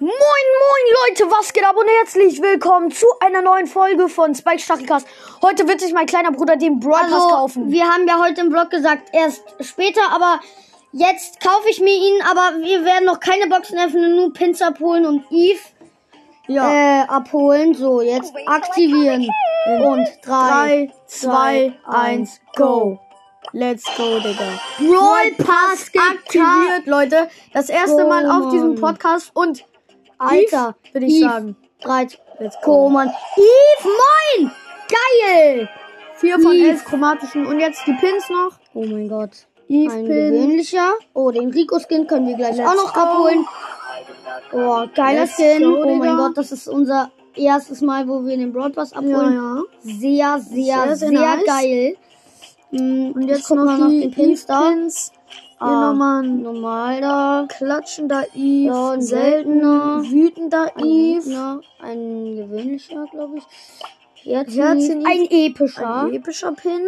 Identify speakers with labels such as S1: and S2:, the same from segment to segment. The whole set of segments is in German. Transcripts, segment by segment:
S1: Moin, moin, Leute, was geht ab und herzlich willkommen zu einer neuen Folge von Spike Stachelcast. Heute wird sich mein kleiner Bruder den Brawl Pass
S2: Also,
S1: kaufen.
S2: wir haben ja heute im Blog gesagt, erst später, aber jetzt kaufe ich mir ihn, aber wir werden noch keine Boxen öffnen, nur Pins abholen und Eve
S1: Ja.
S2: äh, abholen. So, jetzt aktivieren. Und 3, 2, 1, go.
S1: Let's go, Digga.
S2: Brawl Pass
S1: Aktiviert, Leute. Das erste
S2: Oh,
S1: Mal auf diesem
S2: Mann.
S1: Podcast und
S2: Alter,
S1: Eve, würde ich
S2: Eve.
S1: sagen.
S2: 3,
S1: Let's
S2: go, Mann. Eve, moin! Geil!
S1: Vier von
S2: Eve.
S1: elf chromatischen und jetzt die Pins noch.
S2: Oh mein Gott.
S1: Eve
S2: Ein
S1: Pin.
S2: gewöhnlicher. Oh, den Rico-Skin können wir gleich
S1: Let's
S2: auch noch
S1: go.
S2: abholen. Oh, geiler
S1: Let's
S2: Skin.
S1: go,
S2: oh mein
S1: Digga.
S2: Gott, das ist unser erstes Mal, wo wir den Broadpass
S1: Ja,
S2: abholen.
S1: ja.
S2: Sehr, sehr,
S1: Sehr,
S2: sehr,
S1: sehr nice.
S2: geil. Mm,
S1: Und
S2: ich
S1: jetzt
S2: guck
S1: noch
S2: mal nach
S1: die
S2: den Pins da.
S1: Pins. Hier
S2: Ah.
S1: nochmal ein
S2: Normal da.
S1: klatschender Eve,
S2: Ja, ein
S1: seltener,
S2: seltener.
S1: wütender
S2: Ein,
S1: Eve,
S2: Gegner, ein gewöhnlicher, glaube ich.
S1: Herzchen
S2: Herzchen,
S1: Eve.
S2: ein epischer.
S1: ein e- epischer Pin,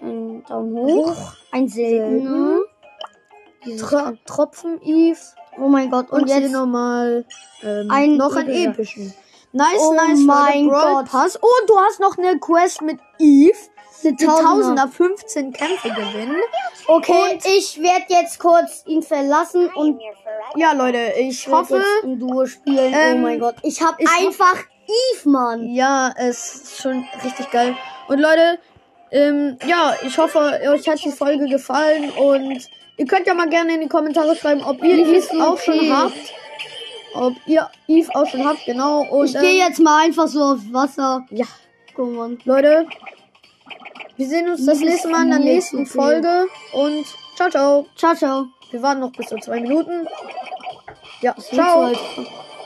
S2: Ein Daumen hoch. Ein seltener.
S1: Seltener.
S2: Dieses-
S1: Tro Tropfen Eve
S2: Oh mein Gott,
S1: und,
S2: und,
S1: hier
S2: jetzt
S1: nochmal ähm,
S2: ein
S1: noch ein
S2: epischer.
S1: epischen. Nice,
S2: Oh
S1: nice, Leute,
S2: mein
S1: Brawl
S2: Gott.
S1: Pass. Und du hast noch eine Quest mit Eve.
S2: eine
S1: Die Tausender 15 Kämpfe gewinnen.
S2: Okay,
S1: Und-
S2: ich werde jetzt kurz ihn verlassen und
S1: Ja, Leute, ich
S2: werd
S1: hoffe,
S2: jetzt im Duo spielen.
S1: Ähm,
S2: oh mein Gott, ich habe
S1: ich hoff-
S2: einfach Eve, Mann.
S1: Ja, es ist schon richtig geil. Und Leute, ähm, ja, ich hoffe, euch hat die Folge gefallen und ihr könnt ja mal gerne in die Kommentare schreiben, ob ihr
S2: Wie
S1: Eve
S2: viel
S1: auch schon
S2: Eve?
S1: habt. Ob ihr Eve auch schon habt, genau. Und
S2: Ich gehe
S1: ähm,
S2: jetzt mal einfach so aufs Wasser.
S1: Ja,
S2: Guck mal.
S1: Leute, wir sehen uns das
S2: Dieses
S1: nächste Mal in der
S2: Lied
S1: nächsten
S2: mit dir.
S1: Folge und ciao, ciao.
S2: Ciao, ciao.
S1: Wir warten noch bis zu zwei Minuten. Ja,
S2: Bis
S1: ciao.
S2: bald.